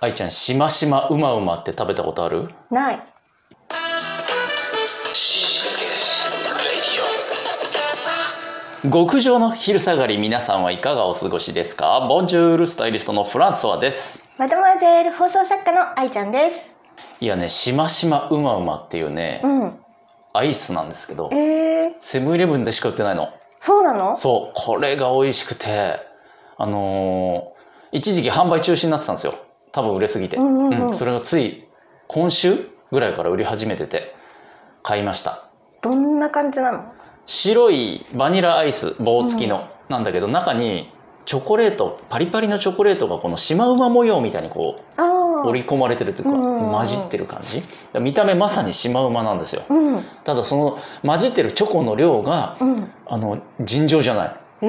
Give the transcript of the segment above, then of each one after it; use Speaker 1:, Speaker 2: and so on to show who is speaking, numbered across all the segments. Speaker 1: 愛ちゃん、しましまうまうまって食べたことある
Speaker 2: ない。
Speaker 1: 極上の昼下がり皆さんはいかがお過ごしですかボンジュールスタイリストのフランソワです。
Speaker 2: マドマーゼール放送作家の愛ちゃんです。
Speaker 1: いやね、しましまうまうまっていうね、
Speaker 2: うん。
Speaker 1: アイスなんですけど、
Speaker 2: えー、
Speaker 1: セブンイレブンでしか売ってないの。
Speaker 2: そうなの
Speaker 1: そう、これが美味しくて、あのー一時期販売中止になってたんですよ。多分売れすぎて。
Speaker 2: うんうんうん
Speaker 1: それがつい今週ぐらいから売り始めてて、買いました。
Speaker 2: どんな感じなの
Speaker 1: 白いバニラアイス棒付きの、なんだけど中にチョコレートパリパリのチョコレートがこのシマウマ模様みたいにこ
Speaker 2: あ
Speaker 1: う
Speaker 2: あ。
Speaker 1: 織り込まれてるというか、
Speaker 2: うんうんうん
Speaker 1: 混じってる感じ見た目まさにシマウマなんですよ
Speaker 2: うん。うん。
Speaker 1: ただその混じってるチョコの量があの尋常じゃない、
Speaker 2: え
Speaker 1: も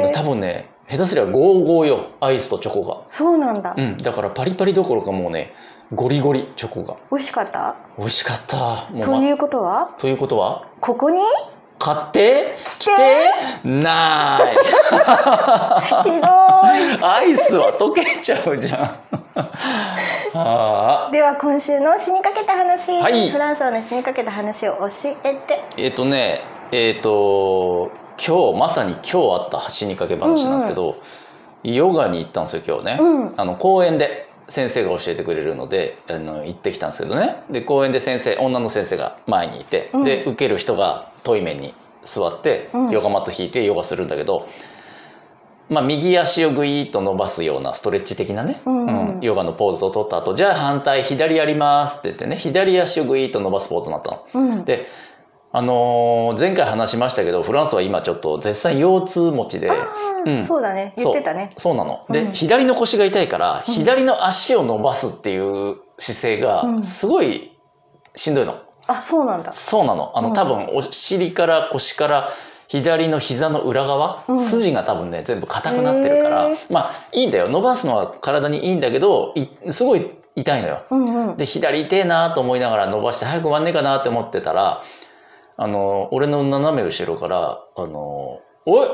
Speaker 1: うね
Speaker 2: ー。
Speaker 1: 多分ね下手すりゃ55よアイスとチョコが
Speaker 2: そうなんだ。
Speaker 1: うんだからパリパリどころかもうねゴリゴリチョコが
Speaker 2: 美味しかった
Speaker 1: 美味しかったもう、ま
Speaker 2: ということは
Speaker 1: ということは
Speaker 2: ここに
Speaker 1: 買って
Speaker 2: 来て
Speaker 1: 来てなーい
Speaker 2: ひどい。
Speaker 1: アイスは溶けちゃうじゃん。 はあ。
Speaker 2: では今週の死にかけた話、
Speaker 1: はい
Speaker 2: フランスの死にかけた話を教えて。
Speaker 1: えっ、とね、えっ、と今日まさに今日あった橋にかけ話なんですけど、ヨガに行ったんですよ今日
Speaker 2: う
Speaker 1: ね。
Speaker 2: ん。
Speaker 1: あの公園で先生が教えてくれるのであの行ってきたんですけどね。で公園で先生女の先生が前にいて、
Speaker 2: うん
Speaker 1: で受ける人が対面に座って、
Speaker 2: うん
Speaker 1: ヨガマット引いてヨガするんだけど。まあ、右足をぐいーっと伸ばすようなストレッチ的なね、
Speaker 2: うんうん
Speaker 1: ヨガのポーズを取った後じゃあ反対左やりますって言ってね左足をぐいーっと伸ばすポーズになったの。
Speaker 2: うん。
Speaker 1: であのー前回話しましたけどフランスは今ちょっと絶賛腰痛持ちで
Speaker 2: ああ、
Speaker 1: うん
Speaker 2: そうだね。言ってたね。
Speaker 1: そうなの。で、
Speaker 2: うん
Speaker 1: 左の腰が痛いから
Speaker 2: うん
Speaker 1: 左の足を伸ばすっていう姿勢
Speaker 2: う
Speaker 1: が
Speaker 2: ん
Speaker 1: すごいしんどいの。
Speaker 2: あ、そうなんだ。
Speaker 1: そうなの。あの、
Speaker 2: うん
Speaker 1: 多分お尻から腰から左の膝の裏側、
Speaker 2: うん
Speaker 1: 筋が多分ね全部硬くなってるから
Speaker 2: へー、
Speaker 1: まあいいんだよ。伸ばすのは体にいいんだけど、いすごい痛いのよ。
Speaker 2: うんうん。
Speaker 1: で左痛えなと思いながら伸ばして早く終わんねえかなって思ってたらあの俺の斜め後ろから「あのおい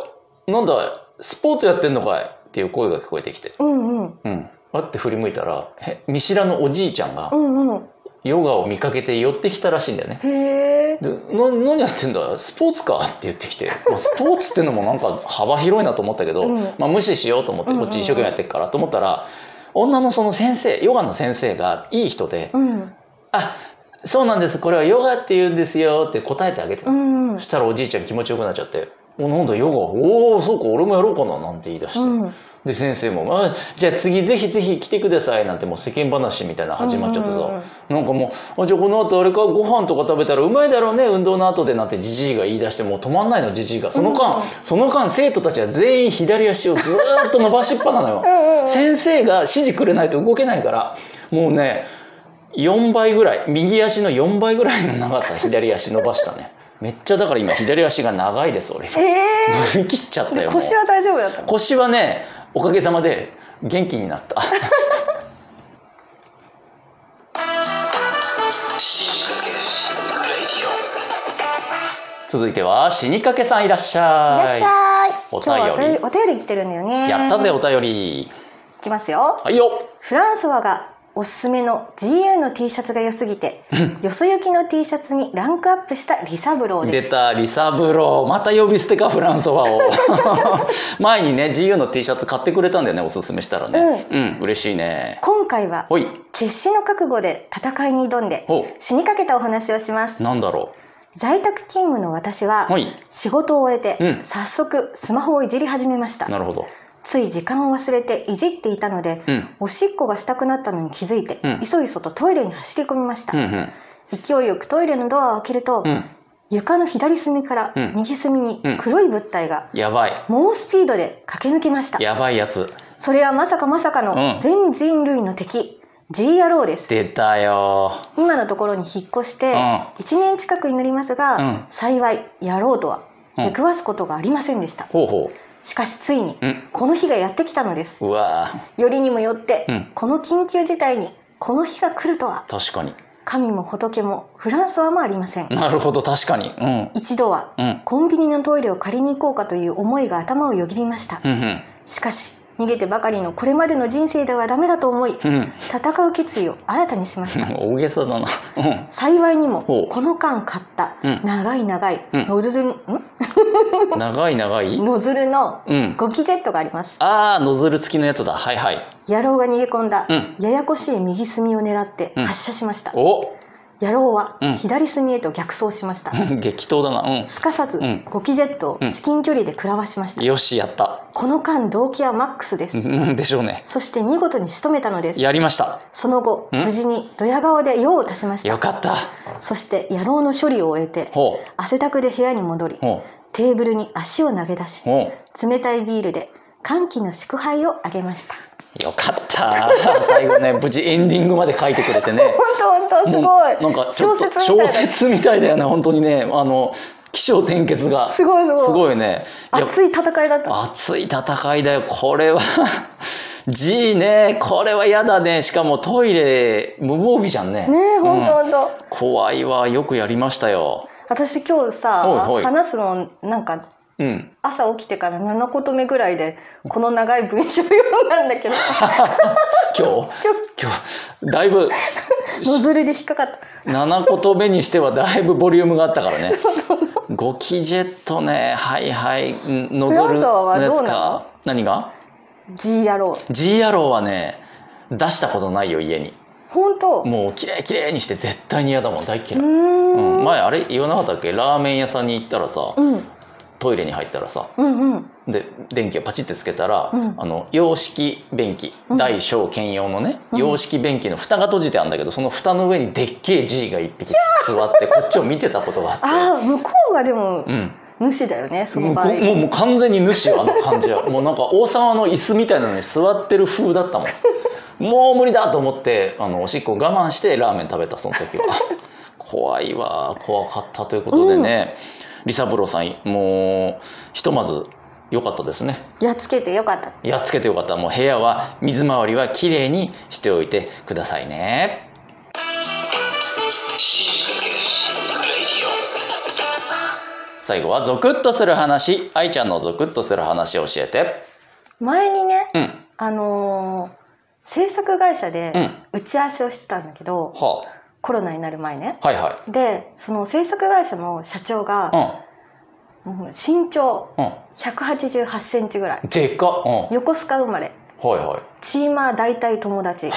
Speaker 1: なんだスポーツやってんのかい?」っていう声が聞こえてきて、
Speaker 2: うんうん。
Speaker 1: うん、わって振り向いたらえ見知らぬおじいちゃんが
Speaker 2: うんうん。
Speaker 1: ヨガを見かけて寄ってきたらしいんだよね。
Speaker 2: へえ。
Speaker 1: でな何やってんだスポーツかって言ってきて、まあ、スポーツってのもなんか幅広いなと思ったけど、
Speaker 2: うん
Speaker 1: まあ、無視しようと思って
Speaker 2: うんう
Speaker 1: こ
Speaker 2: ん
Speaker 1: っ
Speaker 2: うん
Speaker 1: ち一生懸命やってっからと思ったら、女のその先生ヨガの先生がいい人で
Speaker 2: うん。
Speaker 1: あそうなんですこれはヨガって言うんですよって答えてあげてた、
Speaker 2: うんうん
Speaker 1: そし。たらおじいちゃん気持ちよくなっちゃって「おなんだヨガおおそうか俺もやろうかな」なんて言い出して、
Speaker 2: うん。
Speaker 1: で先生もあ「じゃあ次ぜひぜひ来てください」なんてもう世間話みたいな始まっちゃってさ、
Speaker 2: うんうんうん
Speaker 1: なんかもう「あじゃあこの後あれかご飯とか食べたらうまいだろうね運動の後で」なんてじじいが言い出してもう止まんないのじじいがその間、
Speaker 2: うん
Speaker 1: その間生徒たちは全員左足をずーっと伸ばしっぱなの よ。
Speaker 2: うんう ん
Speaker 1: 先生が指示くれないと動けないからもうね4倍ぐらい右足の4倍ぐらいの長さ左足伸ばしたね めっちゃだから今左足が長いです俺
Speaker 2: ええ
Speaker 1: 乗り切っちゃっ
Speaker 2: ー。
Speaker 1: た
Speaker 2: で
Speaker 1: よもう
Speaker 2: 腰は大丈夫だったの。
Speaker 1: 腰はねおかげさまで元気になった 続いては死にかけさんいらっし
Speaker 2: い
Speaker 1: ゃ
Speaker 2: らっ
Speaker 1: い
Speaker 2: しゃい。
Speaker 1: お
Speaker 2: 今
Speaker 1: 便り
Speaker 2: 日はお便りお便り来てるんだよね。
Speaker 1: やったぜお
Speaker 2: い
Speaker 1: 便り
Speaker 2: きますよ。
Speaker 1: はいよ
Speaker 2: フランソワがおすすめの GU の T シャツが良すぎて、よそ行きの T シャツにランクアップしたリサブローで
Speaker 1: 出
Speaker 2: す。
Speaker 1: たリサブローまた呼び捨てかフランソワ を前にね GU の T シャツ買ってくれたんだよねおすすめしたらねうん、嬉しいね
Speaker 2: 今回は
Speaker 1: ほい
Speaker 2: 決死の覚悟で戦いに挑んで
Speaker 1: ほ
Speaker 2: 死にかけたお話をします
Speaker 1: うなんだろ
Speaker 2: 在宅勤務の私は
Speaker 1: うほい
Speaker 2: 仕事を終え
Speaker 1: うん
Speaker 2: て早速スマホをいじり始めました、
Speaker 1: なるほど
Speaker 2: つい時間を忘れていじっていたので
Speaker 1: うん
Speaker 2: おしっこがしたくなったのに気づいて、
Speaker 1: うん
Speaker 2: いそいそとトイレに走り込みました、
Speaker 1: うんうん
Speaker 2: 勢いよくトイレのドアを開けると、
Speaker 1: うん
Speaker 2: 床の左隅から
Speaker 1: うん
Speaker 2: 右隅に
Speaker 1: うん
Speaker 2: 黒い物体が
Speaker 1: やばい
Speaker 2: 猛スピードで駆け抜けました
Speaker 1: やばいやつ
Speaker 2: それはまさかまさか
Speaker 1: うん
Speaker 2: の全人類の敵、GRO です
Speaker 1: 出たよ
Speaker 2: 今のところに引っ越して
Speaker 1: うん
Speaker 2: 1年近くになりますが、
Speaker 1: うん
Speaker 2: 幸いやろうとは
Speaker 1: うん
Speaker 2: 出くわすことがありませんでした、
Speaker 1: ほうほ
Speaker 2: しかしついに
Speaker 1: ううん
Speaker 2: この日がやってきたのです
Speaker 1: うわ
Speaker 2: よりにもよって、
Speaker 1: うん
Speaker 2: この緊急事態にこの日が来るとは
Speaker 1: 確かに
Speaker 2: 神も仏もフランスはもありません
Speaker 1: なるほど確かにうん
Speaker 2: 一度は
Speaker 1: うん
Speaker 2: コンビニのトイレを借りに行こうかという思いが頭をよぎりました
Speaker 1: うんうん
Speaker 2: しかし逃げてばかりのこれまでの人生ではダメだと思い
Speaker 1: うん。
Speaker 2: 戦う決意を新たにしました
Speaker 1: 大げさだな。うん。
Speaker 2: 幸いにも
Speaker 1: ほう
Speaker 2: この間買った
Speaker 1: うん
Speaker 2: 長い長い
Speaker 1: うん
Speaker 2: ノズル、ん
Speaker 1: 長い長 い
Speaker 2: ノズルの
Speaker 1: うん。
Speaker 2: ゴキジェットがあります
Speaker 1: ああ、ノズル付きのやつだ。はいはい。
Speaker 2: 野郎が逃げ込んだ
Speaker 1: うん。
Speaker 2: ややこしい右隅を狙って
Speaker 1: うん
Speaker 2: 発射しました、
Speaker 1: お
Speaker 2: 野郎は
Speaker 1: うん
Speaker 2: 左隅へと逆走しました、
Speaker 1: 激闘だな。
Speaker 2: すかさず
Speaker 1: うん
Speaker 2: ゴキジェット
Speaker 1: う
Speaker 2: を
Speaker 1: ん
Speaker 2: 至近距離で食らわしました、
Speaker 1: うん。よし、やった。
Speaker 2: この間動機はマックスです、
Speaker 1: うん、でしょうね。
Speaker 2: そして見事に仕留めたのです
Speaker 1: やりました。
Speaker 2: その後
Speaker 1: うん
Speaker 2: 無事にドヤ顔で用を足しました
Speaker 1: よかった。
Speaker 2: そして野郎の処理を終えて
Speaker 1: ほ
Speaker 2: 汗だくで部屋に戻り
Speaker 1: う。ほ
Speaker 2: テーブルに足を投げ出
Speaker 1: う。
Speaker 2: し
Speaker 1: ほ
Speaker 2: 冷たいビールで歓喜の祝杯をあげました
Speaker 1: う。よかった。最後ね、無事エンディングまで書いてくれてね。
Speaker 2: 本当本当 す
Speaker 1: も
Speaker 2: ご
Speaker 1: う
Speaker 2: い
Speaker 1: なんかちょっと
Speaker 2: 小説みたい
Speaker 1: 小
Speaker 2: な
Speaker 1: 説みたいだよね本当にねあの起承転結がす
Speaker 2: すごいすごい
Speaker 1: ごいねいや
Speaker 2: 熱い戦いだった
Speaker 1: 熱い戦いだよこれは G ねこれは嫌だねしかもトイレ無防備じゃんね
Speaker 2: ねえ
Speaker 1: うん
Speaker 2: 本当本当、
Speaker 1: 怖いわよくやりましたよ
Speaker 2: 私今日さ
Speaker 1: はいはい
Speaker 2: 話すのなんか
Speaker 1: うん
Speaker 2: 朝起きてから7言目ぐらいでこの長い文章用なんだけど
Speaker 1: 今日
Speaker 2: ちょっ
Speaker 1: 今日だいぶ
Speaker 2: とノズルで引っかかった
Speaker 1: 7言目にしてはだいぶボリュームがあったからねゴキジェットねはいはいんノズルのや
Speaker 2: ブラザーはど
Speaker 1: つ
Speaker 2: うなの
Speaker 1: か何が
Speaker 2: G 野郎
Speaker 1: G 野郎はね出したことないよ家に
Speaker 2: 本当う
Speaker 1: もう綺麗綺麗にして絶対に嫌だもん大
Speaker 2: ー
Speaker 1: 嫌い、うん
Speaker 2: ん
Speaker 1: 前あれ言わなかったっけラーメン屋さんに行ったらさ
Speaker 2: うんうん
Speaker 1: トイレに入ったらさ
Speaker 2: うん
Speaker 1: で電気をパチってつけたら、
Speaker 2: うん
Speaker 1: あの洋式便器
Speaker 2: うん
Speaker 1: 大小兼用のね、
Speaker 2: うん
Speaker 1: 洋式便器の蓋が閉じてあるんだけどその蓋の上にでっけえ G が一匹座ってこっちを見てたことがあって。
Speaker 2: ああ向こうがでも
Speaker 1: うん、
Speaker 2: 主だよねそ
Speaker 1: も
Speaker 2: の
Speaker 1: う
Speaker 2: 場
Speaker 1: こ
Speaker 2: 合
Speaker 1: もうもう完全に主よあの感じは もうなんか王様の椅子みたいなのに座ってる風だったも んもう無理だと思ってあのおしっこ我慢してラーメン食べたその時 は怖いわ怖かったということでね、リサブロさんもうひとまず良かったですね
Speaker 2: やっつけてよかった
Speaker 1: やっつけてよかったもう部屋は水回りはきれいにしておいてくださいね
Speaker 3: Radio.
Speaker 1: 最後はゾクッとする話愛ちゃんのゾクッとする話を教えて
Speaker 2: 前にね
Speaker 1: うん
Speaker 2: あのー制作会社
Speaker 1: うん
Speaker 2: で打ち合わせをしてたんだけど、
Speaker 1: は
Speaker 2: コロナになる前ね
Speaker 1: あはいは
Speaker 2: でその制作会社の社長が、
Speaker 1: い
Speaker 2: もう身長
Speaker 1: うんうん
Speaker 2: 188センチぐらい
Speaker 1: でかっ、うん、
Speaker 2: 横須賀生まれ
Speaker 1: はいはい
Speaker 2: チーマー大体友達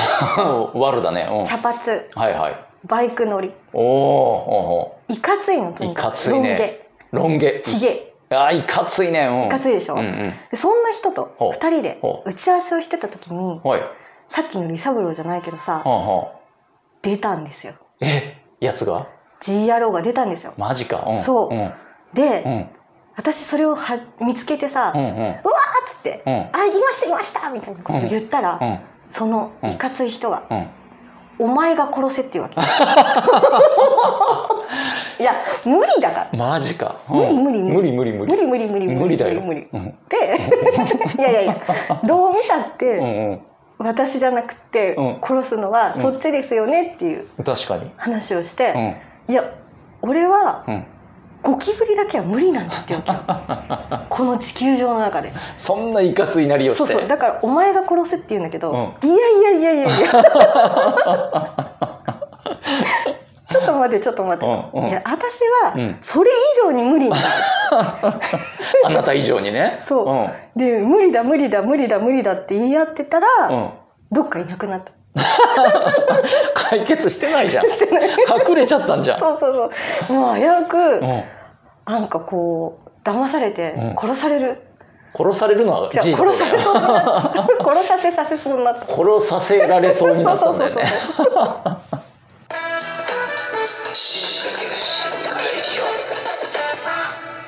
Speaker 1: 悪だね、うん、
Speaker 2: 茶髪
Speaker 1: はいはい
Speaker 2: バイク乗り
Speaker 1: おーお
Speaker 2: いかついのとにか
Speaker 1: いか
Speaker 2: く
Speaker 1: ついねーおーロン毛
Speaker 2: ロン毛ひげ
Speaker 1: あーいかついねうん
Speaker 2: いかついでしょ、
Speaker 1: うんうん
Speaker 2: でそんな人と
Speaker 1: ほう
Speaker 2: 2人で
Speaker 1: ほう
Speaker 2: 打ち合わせをしてた時に
Speaker 1: はい
Speaker 2: さっきのリサブローじゃないけどさ
Speaker 1: はんは
Speaker 2: 出たんですよ
Speaker 1: んえやつが
Speaker 2: G 野郎が出たんですよ
Speaker 1: マジか、うん、
Speaker 2: そう
Speaker 1: うん
Speaker 2: で、
Speaker 1: うん
Speaker 2: 私それをは見つけてさ
Speaker 1: う
Speaker 2: 「あっ!」
Speaker 1: んうん
Speaker 2: つって
Speaker 1: うん
Speaker 2: 「あいましたいました!」みたいなことを言ったら、
Speaker 1: うん
Speaker 2: その
Speaker 1: うん
Speaker 2: いかつい人が
Speaker 1: うん
Speaker 2: 「お前が殺せ」っていう わけいや無理だから
Speaker 1: マジか、
Speaker 2: 無理無理
Speaker 1: 無理無理無
Speaker 2: 無理無理無理
Speaker 1: 無理だよ
Speaker 2: 無理
Speaker 1: うん
Speaker 2: でいやいやいやどう見たっ
Speaker 1: う
Speaker 2: て
Speaker 1: んうん
Speaker 2: 私じゃなくて
Speaker 1: うん
Speaker 2: 殺すのはそっちですよねっていう
Speaker 1: 確かに
Speaker 2: 話をし
Speaker 1: う
Speaker 2: て
Speaker 1: ん
Speaker 2: いや俺は
Speaker 1: うん
Speaker 2: ゴキブリだけは無理なんだってわけよこの地球上の中で
Speaker 1: そんないかついなりをして
Speaker 2: そうそうだからお前が殺せって言うんだけど、
Speaker 1: う
Speaker 2: いやいやいやい やいやちょっと待ってちょっと待って、
Speaker 1: うんうん
Speaker 2: いや私
Speaker 1: う
Speaker 2: は
Speaker 1: ん
Speaker 2: それ以上に無理なんだ、
Speaker 1: あなた以上にね
Speaker 2: そう
Speaker 1: うん
Speaker 2: で無理だ無理だ無理だ無理だって言い合ってたら、
Speaker 1: うん
Speaker 2: どっかいなくなった
Speaker 1: 解決してないじゃん
Speaker 2: してない
Speaker 1: 隠れちゃったんじゃん
Speaker 2: そうそうそうもう危うく、
Speaker 1: うん
Speaker 2: なんかこう騙されて
Speaker 1: うん
Speaker 2: 殺される、
Speaker 1: 殺されるのは
Speaker 2: じゃあ
Speaker 1: G だよ
Speaker 2: 殺されそうに なった殺させさせそうになった
Speaker 1: 殺させられそうになったんだよね
Speaker 3: Radio.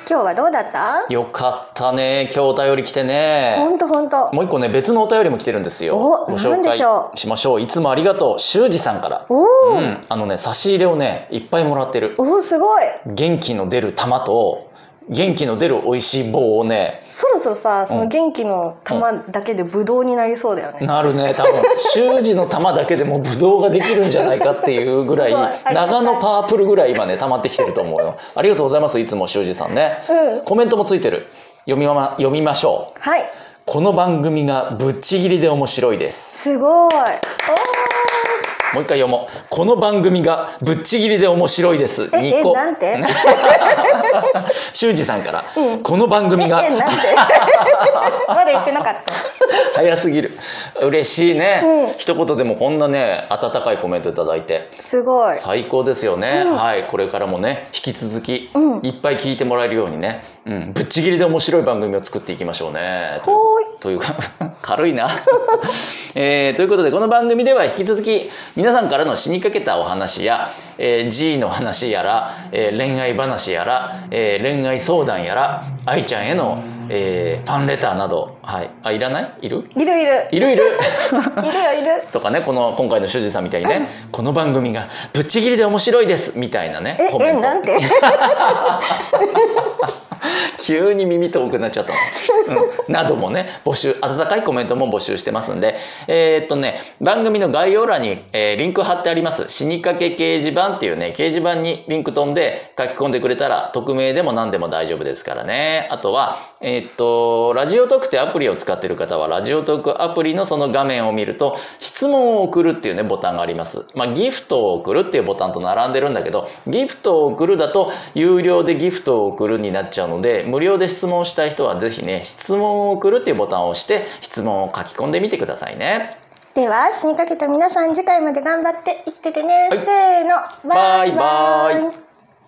Speaker 2: 今日はどうだった
Speaker 1: よかったね今日お便り来てね
Speaker 2: 本当本当
Speaker 1: もう一個ね別のお便りも来てるんですよ
Speaker 2: お
Speaker 1: ご紹
Speaker 2: なんでしょ
Speaker 1: 介しましょういつもありがとう修二さんから
Speaker 2: お
Speaker 1: う
Speaker 2: お、
Speaker 1: んあのね差し入れをねいっぱいもらってる
Speaker 2: おおすごい
Speaker 1: 元気の出る玉と元気の出る美味しい棒をね
Speaker 2: そろそろさそうの
Speaker 1: ん
Speaker 2: 元気の玉だけでブドウになりそうだよね、
Speaker 1: なるね多 分習字の玉だけでもうブドウができるんじゃないかっていうぐらい
Speaker 2: すごいありがたい
Speaker 1: 長野パープルぐらい今ね溜まってきてると思うよありがとうございますいつも修二さんね
Speaker 2: うん
Speaker 1: コメントもついてる読みまま読みましょう
Speaker 2: はい
Speaker 1: 「この番組がぶっちぎりで面白いです。
Speaker 2: すごい。おー
Speaker 1: もう一回読もう。この番組がぶっちぎりで面白いです。
Speaker 2: え、
Speaker 1: ニ
Speaker 2: え、
Speaker 1: コ。
Speaker 2: なんて。
Speaker 1: 修二さんから、
Speaker 2: うん
Speaker 1: この番
Speaker 2: え、え、
Speaker 1: 組が
Speaker 2: なんて。 まだ言ってなかった。
Speaker 1: 早すぎる。嬉しいね。
Speaker 2: うん
Speaker 1: 一言でもこんなね、温かいコメントいただいて。
Speaker 2: すごい。
Speaker 1: 最高ですよね、
Speaker 2: うん
Speaker 1: はいこれからもね引き続き、
Speaker 2: うん
Speaker 1: いっぱい聞いてもらえるようにね、うん、ぶっちぎりで面白い番組を作っていきましょうねという
Speaker 2: ほーい。
Speaker 1: というか 軽いな、えーということでこの番組では引き続き皆さんからの死にかけたお話や、えー G の話やら、えー恋愛話やら、えー恋愛相談やら愛ちゃんへの、えーファンレターなど、はい、あいらないいる
Speaker 2: いるいる。
Speaker 1: いるいる
Speaker 2: いるよ、いる。
Speaker 1: とかねこの今回の主人さんみたいにね、この番組がぶっちぎりで面白いですみたいなね
Speaker 2: え、え、なんて。
Speaker 1: 急に耳遠くなっちゃった、うん、などもね募集温かいコメントも募集してますんでえーっとね番組の概要欄に、えーリンク貼ってあります「死にかけ掲示板」っていうね掲示板にリンク飛んで書き込んでくれたら匿名でも何でも大丈夫ですからねあとはえーっとラジオトークってアプリを使ってる方はラジオトークアプリのその画面を見ると質問を送るっていうねボタンがありますまあギフトを送るっていうボタンと並んでるんだけどギフトを送るだと有料でギフトを送るになっちゃうので無料で質問したい人はぜひね質問を送るっていうボタンを押して質問を書き込んでみてくださいね
Speaker 2: では、死にかけた皆さん、次回まで頑張って生きててね。
Speaker 1: はい
Speaker 2: せーの。
Speaker 1: バイバイ